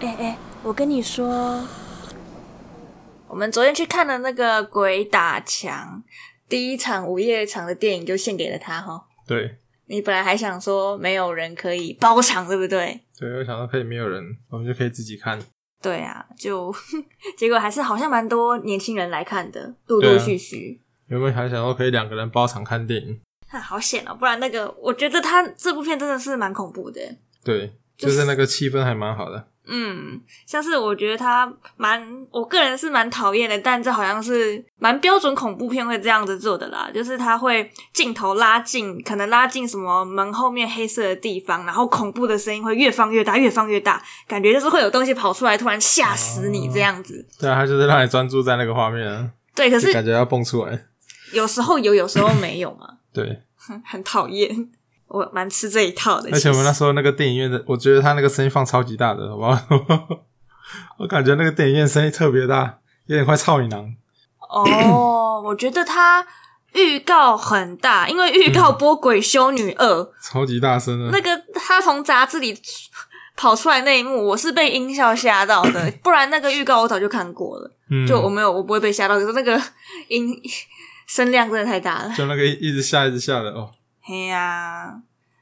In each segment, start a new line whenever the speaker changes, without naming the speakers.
哎跟你说，我们昨天去看了那个《鬼打墙》，第一场午夜场的电影就献给了他哈。
对
你本来还想说没有人可以包场，对不对？
对，我想到可以没有人，我们就可以自己看。
对啊，就 结果还是好像蛮多年轻人来看的，陆陆续续。
原本还想说可以两个人包场看电影，
啊，好险哦！不然那个，我觉得他这部片真的是蛮恐怖的。
对，
就
就是是那个气氛还蛮好的。
嗯，像是我觉得他蛮，我个人是蛮讨厌的，但这好像是蛮标准恐怖片会这样子做的啦，就是他会镜头拉近，可能拉近什么门后面黑色的地方，然后恐怖的声音会越放越大，越放越大，感觉就是会有东西跑出来，突然吓死你这样子。
对啊，他就是让你专注在那个画面啊，
对，可
就是感觉要蹦出来。
有时候有，有时候没有嘛，
对，
很很讨厌。我蛮吃这一套的，
而且我们那
其实
时候那个电影院的，我觉得他那个声音放超级大的，好不好？ 我感觉那个电影院声音特别大，有点快操你囊。
哦，我觉得他预告很大，因为预
嗯
告播《鬼修女二》
超级大声的
那。个他从杂志里跑出来那一幕，我是被音效吓到 的，不然那个预告我早就看过了。
嗯，
就我没有，我不会被吓到，可是那个音声量真的太大了。
就那个一一直下一直下的哦，
嘿呀、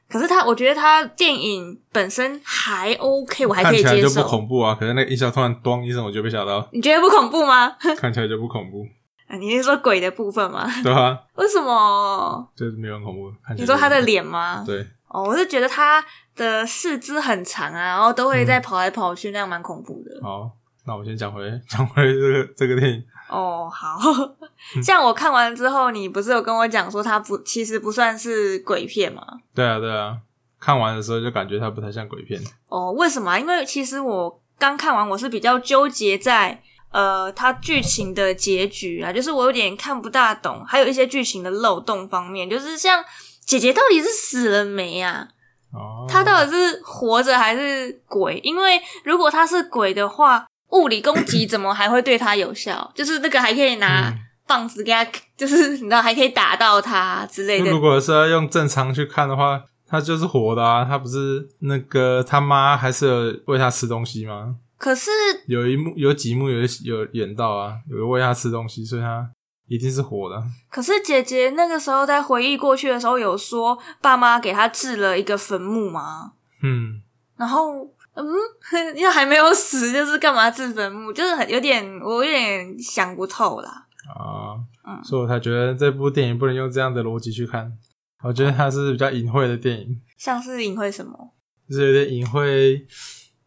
可是他，我觉得他电影本身还 OK，我还
看
可以
起来
接
就不
受。
恐怖啊。可是那个音效突然咚一声，我就被 吓到，
你觉得不恐怖吗？
看起来就不恐怖，
啊你是说鬼的部分吗？
对啊，
为什么？
就是没有很恐怖。看起来
你说
就
他的
不
脸吗？
恐怖，对，
哦，我是觉得他的四肢很长啊，然后都
嗯
会在跑来跑去，那样蛮恐怖的。
好，那我们先讲回 讲回这个这个电影，
哦，好，像我看完之后，你不是有跟我讲说它不，其实不算是鬼片吗？
对啊对啊，看完的时候就感觉它不太像鬼片，
哦，为什么啊？因为其实我刚看完，我是比较纠结在呃它剧情的结局啊，就是我有点看不大懂，还有一些剧情的漏洞方面，就是像姐姐到底是死了没啊？
哦，
他到底是活着还是鬼？因为如果他是鬼的话，物理攻击怎么还会对他有效？就是那个还可以拿
嗯
棒子给他，就是你知道还可以打到他之类
就
的
嗯如。果是要用正常去看的话，它就是活的啊，它不是那个他妈还是有喂它吃东西吗？
可是
有一幕有几幕有有演到啊，有喂它吃东西，所以它一定是活的啊。
可是姐姐那个时候在回忆过去的时候，有说爸妈给她置了一个坟墓吗？
嗯，
然后。嗯， 因为还没有死，就是干嘛置坟墓，就是很有点，我有点想不透啦。
啊，
嗯
所以我才觉得这部电影不能用这样的逻辑去看。我觉得它是比较隐晦的电影，
像是隐晦什么？
就是有点隐晦。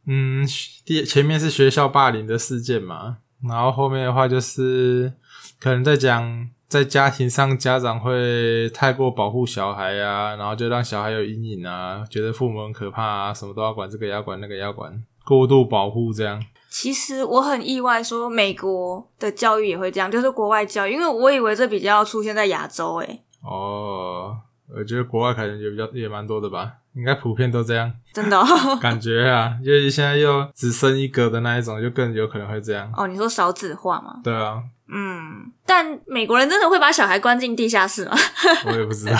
嗯，第前面是学校霸凌的事件嘛，然后后面的话就是可能在讲在家庭上家长会太过保护小孩啊，然后就让小孩有阴影啊，觉得父母很可怕啊，什么都要管，这个也要管，那个也要管，过度保护这样。
其实我很意外，说美国的教育也会这样，就是国外教育，因为我以为这比较出现在亚洲，欸诶，
哦，我觉得国外可能也比较也蛮多的吧，应该普遍都这样。
真的哦
感觉啊，尤其现在又只剩一个的那一种，就更有可能会这样。
哦。你说少子化吗？
对啊，
嗯，但美国人真的会把小孩关进地下室吗？
我也不知道，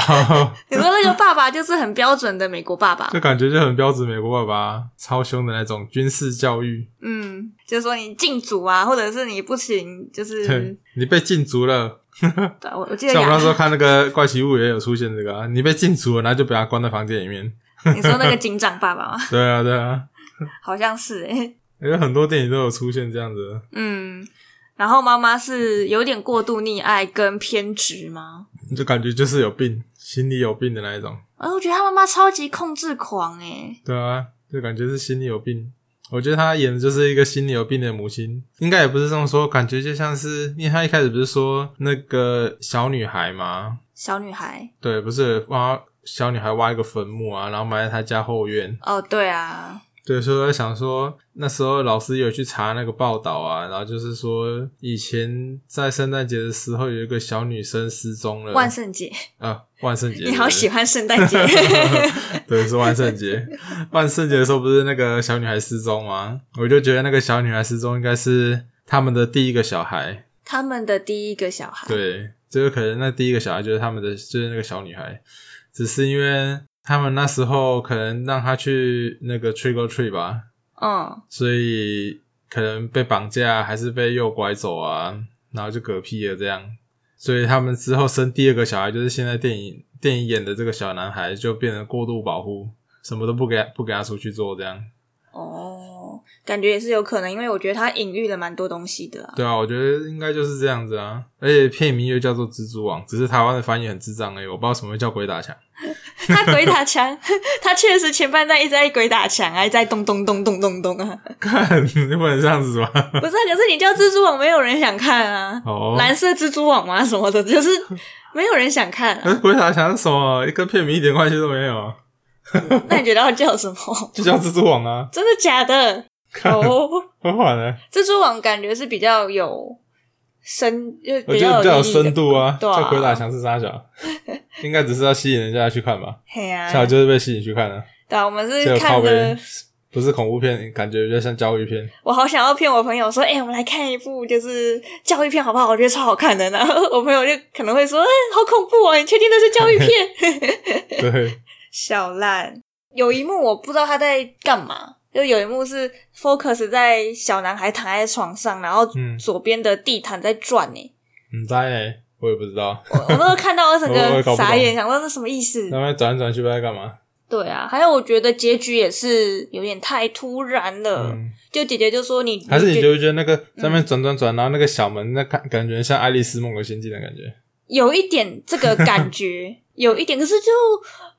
你说那个爸爸就是很标准的美国爸爸，
就感觉就很标准美国爸爸超凶的那种军事教育。
嗯，就是说你禁足啊，或者是你不行，就是
对，你被禁足了，
嗯对我我记得
像我们那时候
亚，
看那个怪奇物语也有出现这个、啊，你被禁足了，然后就把他关在房间里面。
你说那个警长爸爸吗？
对啊，对啊，
好像是诶、
因为很多电影都有出现这样子的，
嗯，然后妈妈是有点过度溺爱跟偏执吗？
你就感觉就是有病，心理有病的那一种。
哎，我觉得他妈妈超级控制狂欸诶，
对啊，就感觉是心里有病。我觉得他演的就是一个心里有病的母亲，应该也不是这么说，感觉就像是，因为他一开始不是说那个小女孩嘛，
小女孩。
对，不是挖小女孩挖一个坟墓啊，然后埋在她家后院，
哦，对啊，
对，所以我在想说，那时候老师有去查那个报道啊，然后就是说以前在圣诞节的时候有一个小女生失踪了，
万圣节，
啊，万圣 节，
你好
对
喜欢圣诞 节。
对，是万圣节。万圣节的时候不是那个小女孩失踪吗？我就觉得那个小女孩失踪应该是他们的第一个小孩。
他们的第一个小孩，
对，就是可能那第一个小孩就是他们的，就是那个小女孩。只是因为他们那时候可能让她去那个 trick or treat 吧，
嗯，
所以可能被绑架啊还是被诱拐走啊，然后就嗝屁了这样。所以他们之后生第二个小孩，就是现在电影电影演的这个小男孩，就变成过度保护，什么都不给他不给他出去做这样。
哦，感觉也是有可能，因为我觉得它隐喻了蛮多东西的啊。
对啊，我觉得应该就是这样子啊。而且片名又叫做《蜘蛛网》，只是台湾的翻译很智障而已，我不知道什么叫鬼打墙。
他鬼打墙， 他确实前半段一直在鬼打墙啊，一直在咚咚咚咚咚咚啊。
看， 你不能这样子吧？
不是啊，可是你叫蜘蛛网，没有人想看啊。
哦，
蓝色蜘蛛网啊什么的，就是没有人想看
可
啊。
是鬼打墙是什么？跟片名一点关系都没有，
那你觉得要叫什么？
就叫蜘蛛网啊！
真的假的？哦，
很好的，
蜘蛛网感觉是比较有深，就
我
比
觉得
较
比较有
意义的
深度啊。
对啊，
叫鬼打。墙是啥 小？应该只是要吸引人家去看吧？
嘿啊，
像我就是被吸引去看的，
对啊，我们
这
是
个靠
看
背
的。
不是恐怖片，感觉比较像教育片。
我好想要骗我朋友说，哎、我们来看一部就是教育片好不好？我觉得超好看的。然后我朋友就可能会说，哎、好恐怖哦，你确定那是教育 片？
对，
小烂。有一幕我不知道他在干嘛，就有一幕是 focus 在小男孩躺在床上，然后
嗯
左边的地毯在转呢、
你在欸，我也不 知道。
我我那时候看到，我整
我我也
个
搞不懂
傻眼，想说那什么意思？
那边转来转去不知道在干嘛。
对啊，还有我觉得结局也是有点太突然了。
嗯，
就姐姐就嗯说你，
还是你
觉
就会觉得那个上面转转转，然后那个小门那感感觉像《爱丽丝梦游仙境》的感觉。
有一点这个感觉， 有一点，可是就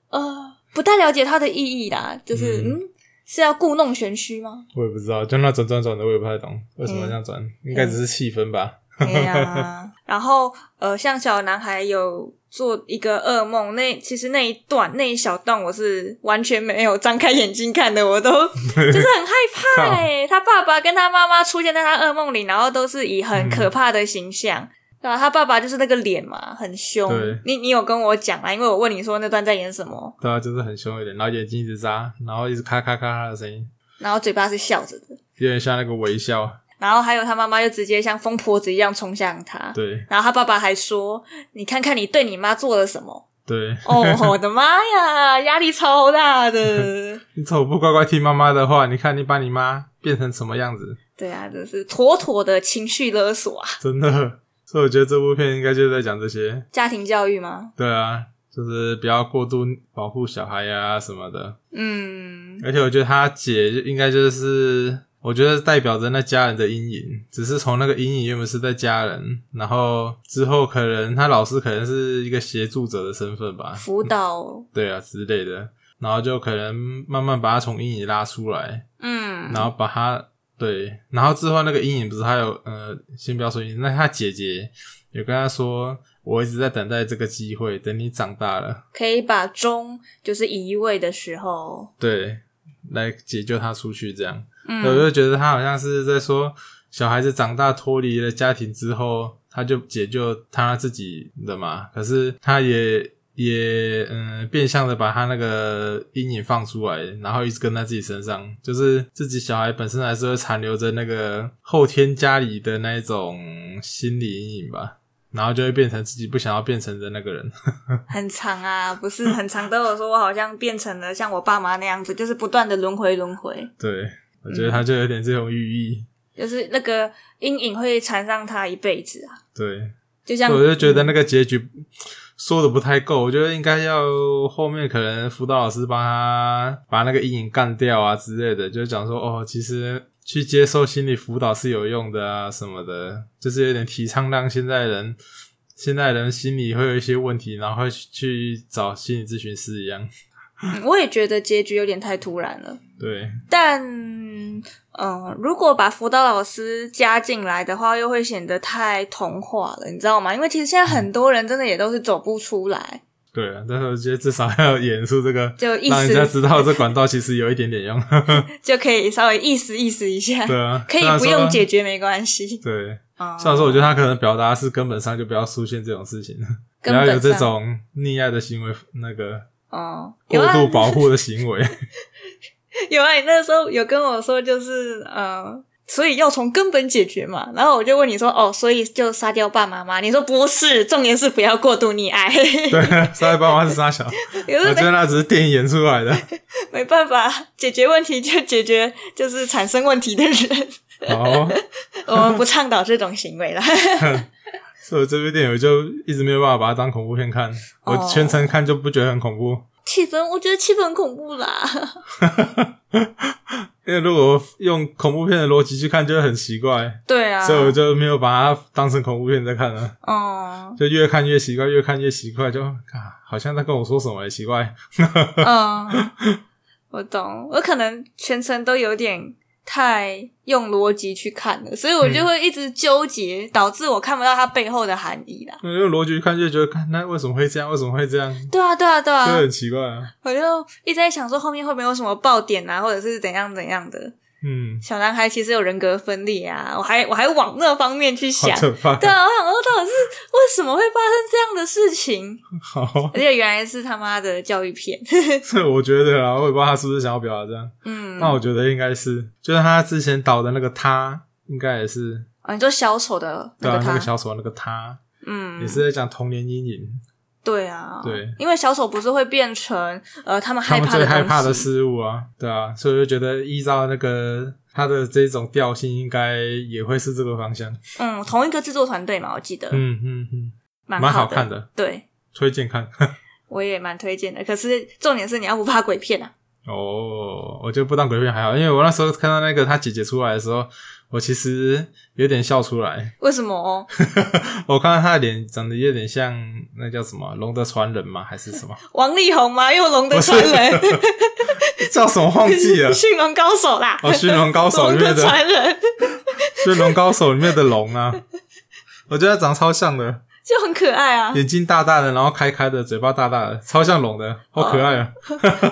呃不太了解它的意义啦。就是
嗯
嗯是要故弄玄虚吗？
我也不知道，就那转转转的，我也不太懂为什么这样转，应该只是气氛吧。
对哎呀、然后呃，像小男孩有做一个噩梦，那其实那一段那一小段我是完全没有张开眼睛看的，我 都就是很害怕哎、他爸爸跟他妈妈出现在他噩梦里，然后都是以
嗯
很可怕的形象。对啊，他爸爸就是那个脸嘛，很凶
对。
你你有跟我讲啊？因为我问你说那段在演什么，
对啊，就是很凶一点，然后眼睛一直眨，然后一直咔咔咔咔的声音，
然后嘴巴是笑着的，
有点像那个微笑。
然后还有他妈妈就直接像疯婆子一样冲向他。
对
然后他爸爸还说：“你看看你对你妈做了什么。”
对，
哦，我的妈呀，压力超大的。
你走不乖乖听妈妈的话，你看你把你妈变成什么样子，
对啊，这是妥妥的情绪勒索啊！
真的。所以我觉得这部片应该就是在讲这些。
家庭教育吗？
对啊，就是不要过度保护小孩呀、什么的。
嗯，
而且我觉得他姐就应该就是，我觉得代表着那家人的阴影，只是从那个阴影原本是在家人，然后之后可能他老师可能是一个协助者的身份吧，
辅导，
对啊之类的，然后就可能慢慢把他从阴影拉出来，
嗯，
然后把他对，然后之后那个阴影不是还有呃，先不要说阴影，那他姐姐有跟他说，我一直在等待这个机会，等你长大了，
可以把钟就是移位的时候，
对，来解救他出去这样。我
嗯，
就觉得他好像是在说，小孩子长大脱离了家庭之后，他就解救他自己的嘛。可是他也也嗯，变相的把他那个阴影放出来，然后一直跟在自己身上，就是自己小孩本身还是会残留着那个后天家里的那一种心理阴影吧。然后就会变成自己不想要变成的那个人，
很长啊，不是很长，都有说我好像变成了像我爸妈那样子，就是不断的轮回轮回，
对我觉得他就有点这种寓意，
就是那个阴影会缠上他一辈子啊，
对，
就像
我就觉得那个结局说的不太够，我觉得应该要后面可能辅导老师帮他把那个阴影干掉啊之类的，就讲说哦，其实去接受心理辅导是有用的啊什么的，就是有点提倡让现在人现在人心里会有一些问题，然后会去找心理咨询师一样。
嗯我也觉得结局有点太突然了。
对，
但嗯、呃如果把辅导老师加进来的话，又会显得太童话了，你知道吗？因为其实现在很多人真的也都是走不出来，
对啊，但是我觉得至少要演出这个，
就意
让人家
思
知道这管道其实有一点点用。
就可以稍微意思意思一下，
对啊，
可以
虽然
不
说
用解。决没关系。
对，
啊、
虽然说我觉得他可能表达是根本上就不要出现这种事情，不
根
要
本
有这
上
种溺爱的行为，那个
哦，有
过
啊
度保护的行为。
有啊，你那时候有跟我说就是呃。所以要从根本解决嘛，然后我就问你说，哦，所以就杀掉爸妈吗？你说不是，重点是不要过度溺爱。
对，啊沙爸妈是沙小，我
可是
觉得那只是电影演出来的。
没办法，解决问题就解决就是产生问题的人。
好哦，
我们不倡导这种行为啦。
所以我这部电影我就一直没有办法把它当恐怖片看，我
哦
全程看就不觉得很恐怖。
气氛，我觉得气氛很恐怖啦。
因为如果用恐怖片的逻辑去看，就会很奇怪，
对啊，
所以我就没有把它当成恐怖片在看了。
嗯
就越看越奇怪，越看越奇怪，就啊，好像在跟我说什么也奇怪。
嗯，我懂，我可能全程都有点太用逻辑去看了，所以我就会一直纠结，导致我看不到它背后的含义啦。
那用逻辑看就觉得，看那为什么会这样？为什么会这样？
对啊，对啊，对啊，
就很奇怪啊。
我就一直在想说后面会不会有什么爆点啊，或者是怎样怎样的。
嗯，
小男孩其实有人格分裂啊，我还我还往那方面去
好
想。
可 怕。
对啊，我想说到底是为什么会发生这样的事情？
好，
而且原来是他妈的教育片。
这 我觉得啊，我也不知道他是不是想要表达这样。
嗯，
那我觉得应该是，就是他之前导的那个他，应该也是
哦，你说小丑的
对
那
啊，
个他，
那个小丑那个他、
嗯，
也是在讲童年阴影，
对啊，
对
因为小丑不是会变成呃他们
他
害
们
怕
最
的
害怕的
东西，
事物啊，对啊，所以我就觉得依照那个他的这种调性，应该也会是这个方向。
嗯，同一个制作团队嘛，我记得，
嗯嗯嗯，
蛮
蛮好
的，
看的，
对，
推荐看。
我也蛮推荐的。可是重点是你要不怕鬼片啊，
哦，我觉得不当鬼片还好，因为我那时候看到那个他姐姐出来的时候，我其实有点笑出来。
为什么哦？
我看到他的脸长得有点像那叫什么《龙的传人》吗？还是什么？
王力宏吗？又龙的传人，？
叫什么 忘记了
驯龙高手啦，
哦，《驯龙高手》
龙
里面
的
的
传人
《驯龙高手》里面的龙啊，我觉得他长超像的，
就很可爱 啊，
眼睛大大的，然后开开的，嘴巴大大的，超像龙的，好可爱啊，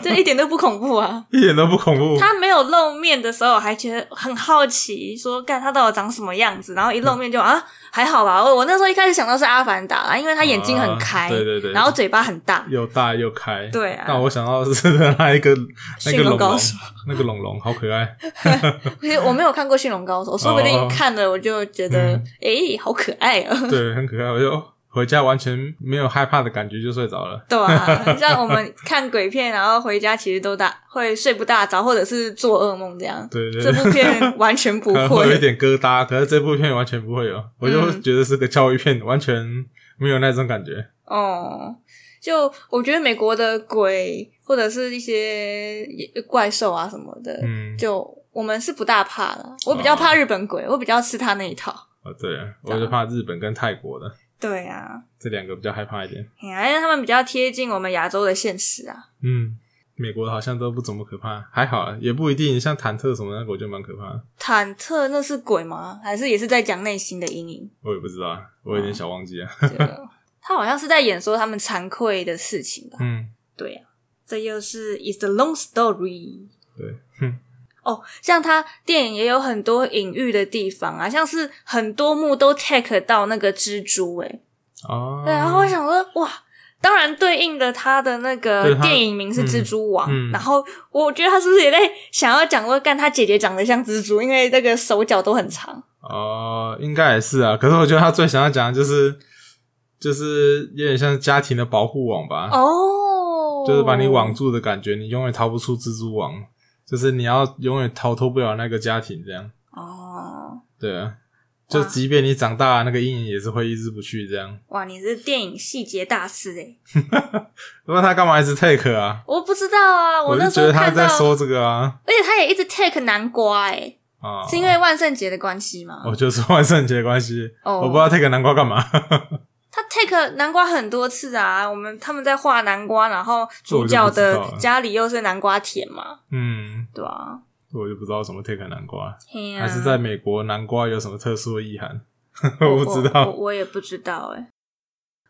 就一点都不恐怖啊。
一点都不恐怖。
他没有露面的时候，我还觉得很好奇，说干他到底长什么样子？然后一露
嗯
面就、啊，还好吧。我我那时候一开始想到是阿凡达啦，因为他眼睛很开，
啊对对对
然后嘴巴很大，
又大又开，
对啊
但我想到的是那一个那
驯
个
龙
龙龙
高手，
那个龙龙好可爱。
其实我没有看过《驯龙高手》，说不定
哦
看了我就觉得，
嗯
诶，好可爱啊！
对，很可爱。我就哦回家完全没有害怕的感觉，就睡着了。
对啊， 像我们看鬼片，啊然后回家其实都大会睡不大着，或者是做噩梦这样。
对对
这
对，
部 片完全不
可能会有一
会，
点疙瘩，可是这部片完全不会有，我就
嗯
觉得是个教育片，完全没有那种感觉。
哦，就我觉得美国的鬼或者是一些怪兽啊什么的，
嗯，
就我们是不大怕了。我比较怕日本鬼，我比较吃他那一套。
哦对啊，我就怕日本跟泰国的
对啊，
这两个比较害怕一点。
哎呀，因为他们比较贴近我们亚洲的现实啊。
嗯，美国的好像都不怎么可怕，还好啊，也不一定。像忐忑什么那个，我就蛮可怕的。
忐忑那是鬼吗？还是也是在讲内心的阴影？
我也不知道，啊，我有点小忘记啊。
对啊他好像是在演说他们惭愧的事情吧？
嗯，
对啊，这又是 It's a long story。
对，哼，
哦，像他电影也有很多隐喻的地方啊，像是很多幕都 take 到那个蜘蛛、欸，
哦，
对，然后我想说，哇，当然对应的他的那个
对他
电影名是《蜘蛛网》
嗯嗯
然后我觉得他是不是也在想要讲说，干他姐姐长得像蜘蛛，因为那个手脚都很长。
哦，应该也是啊。可是我觉得他最想要讲的就是，就是有点像家庭的保护网吧，
哦，
啊就是把你网住的感觉，你永远逃不出蜘蛛网，就是你要永远逃脱不了那个家庭这样。
哦，
对啊，就
哇
即便你长大，那个阴影也是会一直不去这样。
哇，你是电影细节大师诶、
那他干嘛一直 take 啊？
我不知道啊，
我
那
就
时
觉
候
得他
看到，
在说这个啊
而且他也一直 take 南瓜诶、
啊，
是因为万圣节的关系吗？
我就是万圣节的关系，
哦
我不知道 take 南瓜干嘛。
他 take 南瓜很多次啊，我们他们在画南瓜，然后
这我
主
就不
角
知道
的
了
家里又是南瓜田嘛，
嗯，
对啊。
我就不知道什么 take 南瓜。
嘿啊
还是在美国南瓜有什么特殊的意涵？
我
我不知
我
道。
我也不知道哎、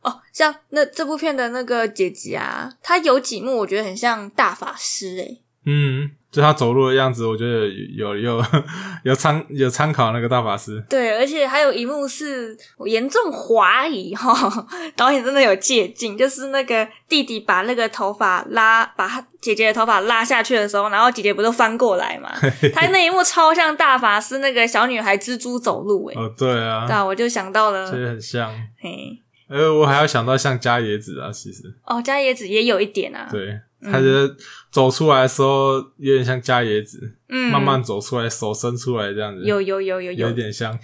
哦，像那这部片的那个姐姐啊，她有几幕我觉得很像大法师哎、
嗯，就他走路的样子，我觉得有有有参有参考那个大法师。
对，而且还有一幕是我严重怀疑哈，导演真的有借镜，就是那个弟弟把那个头发拉，把他姐姐的头发拉下去的时候，然后姐姐不都翻过来嘛？他那一幕超像大法师那个小女孩蜘蛛走路哎、
哦，对啊，
对啊，我就想到了
所，以很像。
嘿，
呃，我还要想到像加野子啊，其实
哦，家野子也有一点啊，
对，他就走出来的时候有点像加野子，
嗯，
慢慢走出来，手伸出来这样子，
有有有有
有
有，
点哦像，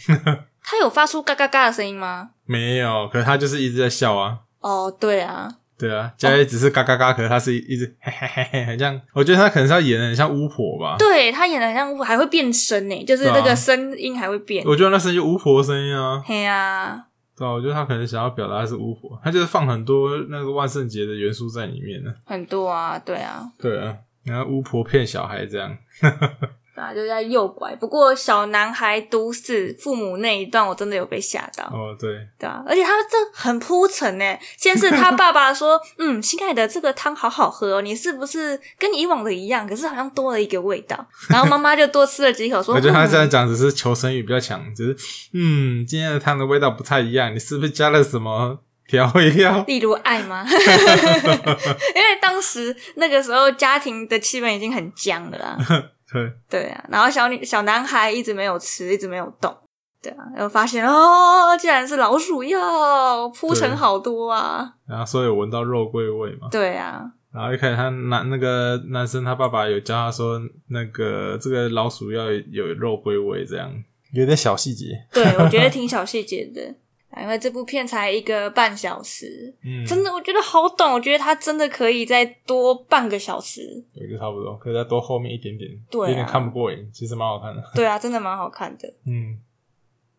他有发出嘎嘎嘎的声音吗？
没有，可是他就是一直在笑啊。
哦，对啊，
对啊，加野只是嘎嘎嘎，可是他是一直 嘿嘿嘿嘿，很像。我觉得他可能是要演的很像巫婆吧。
对他演的像还会变声呢，就是那
哦对啊
个声音还会变。
我觉得那声音就巫婆的声音啊，
嘿啊，
对啊，我觉得他可能想要表达的是巫婆，他就是放很多那个万圣节的元素在里面呢。
很多啊，对啊，
对啊，然后巫婆骗小孩这样，
对啊，就在诱拐。不过小男孩毒死父母那一段，我真的有被吓到。
哦对，
对啊，而且他这很铺陈呢。先是他爸爸说：“嗯，亲爱的，这个汤好好喝哦，你是不是跟以往的一样？可是好像多了一个味道。”然后妈妈就多吃了几口，说：“
我觉得他这样
嗯、
讲只是求生欲比较强，只是嗯，今天的汤的味道不太一样，你是不是加了什么 调味料？
例如爱吗？” 因为当时那个时候家庭的气氛已经很僵了啦。
对，
对啊，然后小女小男孩一直没有吃，一直没有动。对啊，然后发现哦，竟然是老鼠药，铺陈
对
好多啊。
然后所以我闻到肉桂味嘛。
对啊，
然后一开始他男那个男生他爸爸有教他说，那个这个老鼠要有肉归味，这样有点小细节。
对，我觉得挺小细节的。 啊因为这部片才一个半小时，
嗯，
真的我觉得好短，我觉得它真的可以再多半个小 时。
有一个差不多，可是再多后面一点点，
对啊
有点看不过瘾，其实蛮好看的。
对啊，真的蛮好看的。
嗯，